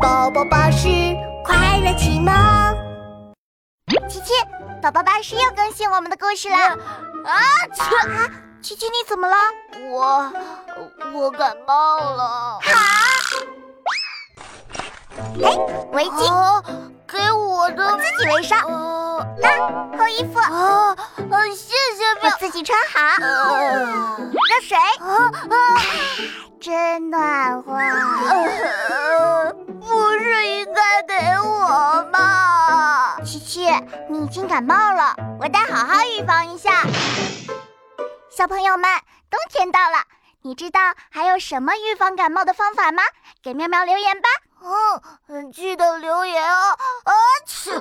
宝宝巴士快乐启蒙。琪琪，宝宝巴士又更新我们的故事了。啊，去啊！琪琪，你怎么了？我我感冒了，哎，围巾，啊，给我的我自己围上。啊那厚衣服，哎啊啊！谢谢我表自己穿好。啊热水，哦真暖和。啊， 不是应该给我吗？琪琪，你已经感冒了，我得好好预防一下。小朋友们，冬天到了，你知道还有什么预防感冒的方法吗？给喵喵留言吧。哦嗯，记得留言哦。啊，切！